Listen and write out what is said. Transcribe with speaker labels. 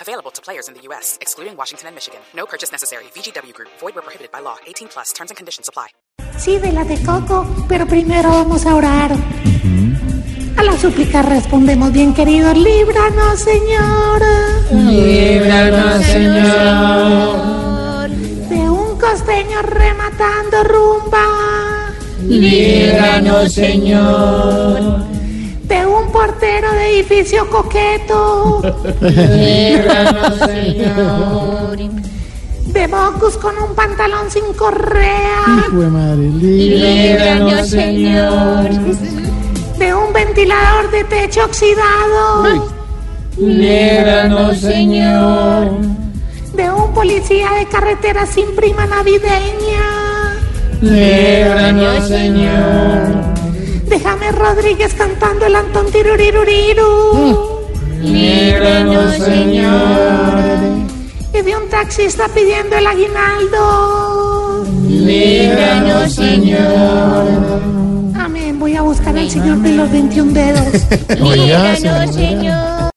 Speaker 1: Available to players in the U.S., excluding Washington and Michigan. No purchase necessary. VGW Group, void were prohibited by law. 18 plus terms and conditions apply.
Speaker 2: Sí, de la de Coco, pero primero vamos a orar. A la súplica respondemos bien, querido, líbranos, Señor. Líbranos, Señor. De un costeño rematando rumba.
Speaker 3: Líbranos, Señor.
Speaker 2: De un portero de edificio coqueto.
Speaker 3: Líbranos, Señor.
Speaker 2: De Bocus con un pantalón sin correa.
Speaker 4: Hijo de madre, libre.
Speaker 3: Líbranos, Señor.
Speaker 2: De un ventilador de techo oxidado.
Speaker 3: Líbranos, Señor.
Speaker 2: De un policía de carretera sin prima navideña.
Speaker 3: Líbranos, Señor.
Speaker 2: De James Rodríguez cantando el Antón Tiruriruriru.
Speaker 3: Líbranos, Señor.
Speaker 2: Y de un taxista pidiendo el aguinaldo.
Speaker 3: Líbranos, Señor.
Speaker 2: Amén. Voy a buscar al Señor de los 21 dedos.
Speaker 4: Oiga,
Speaker 3: Líbranos, Señor.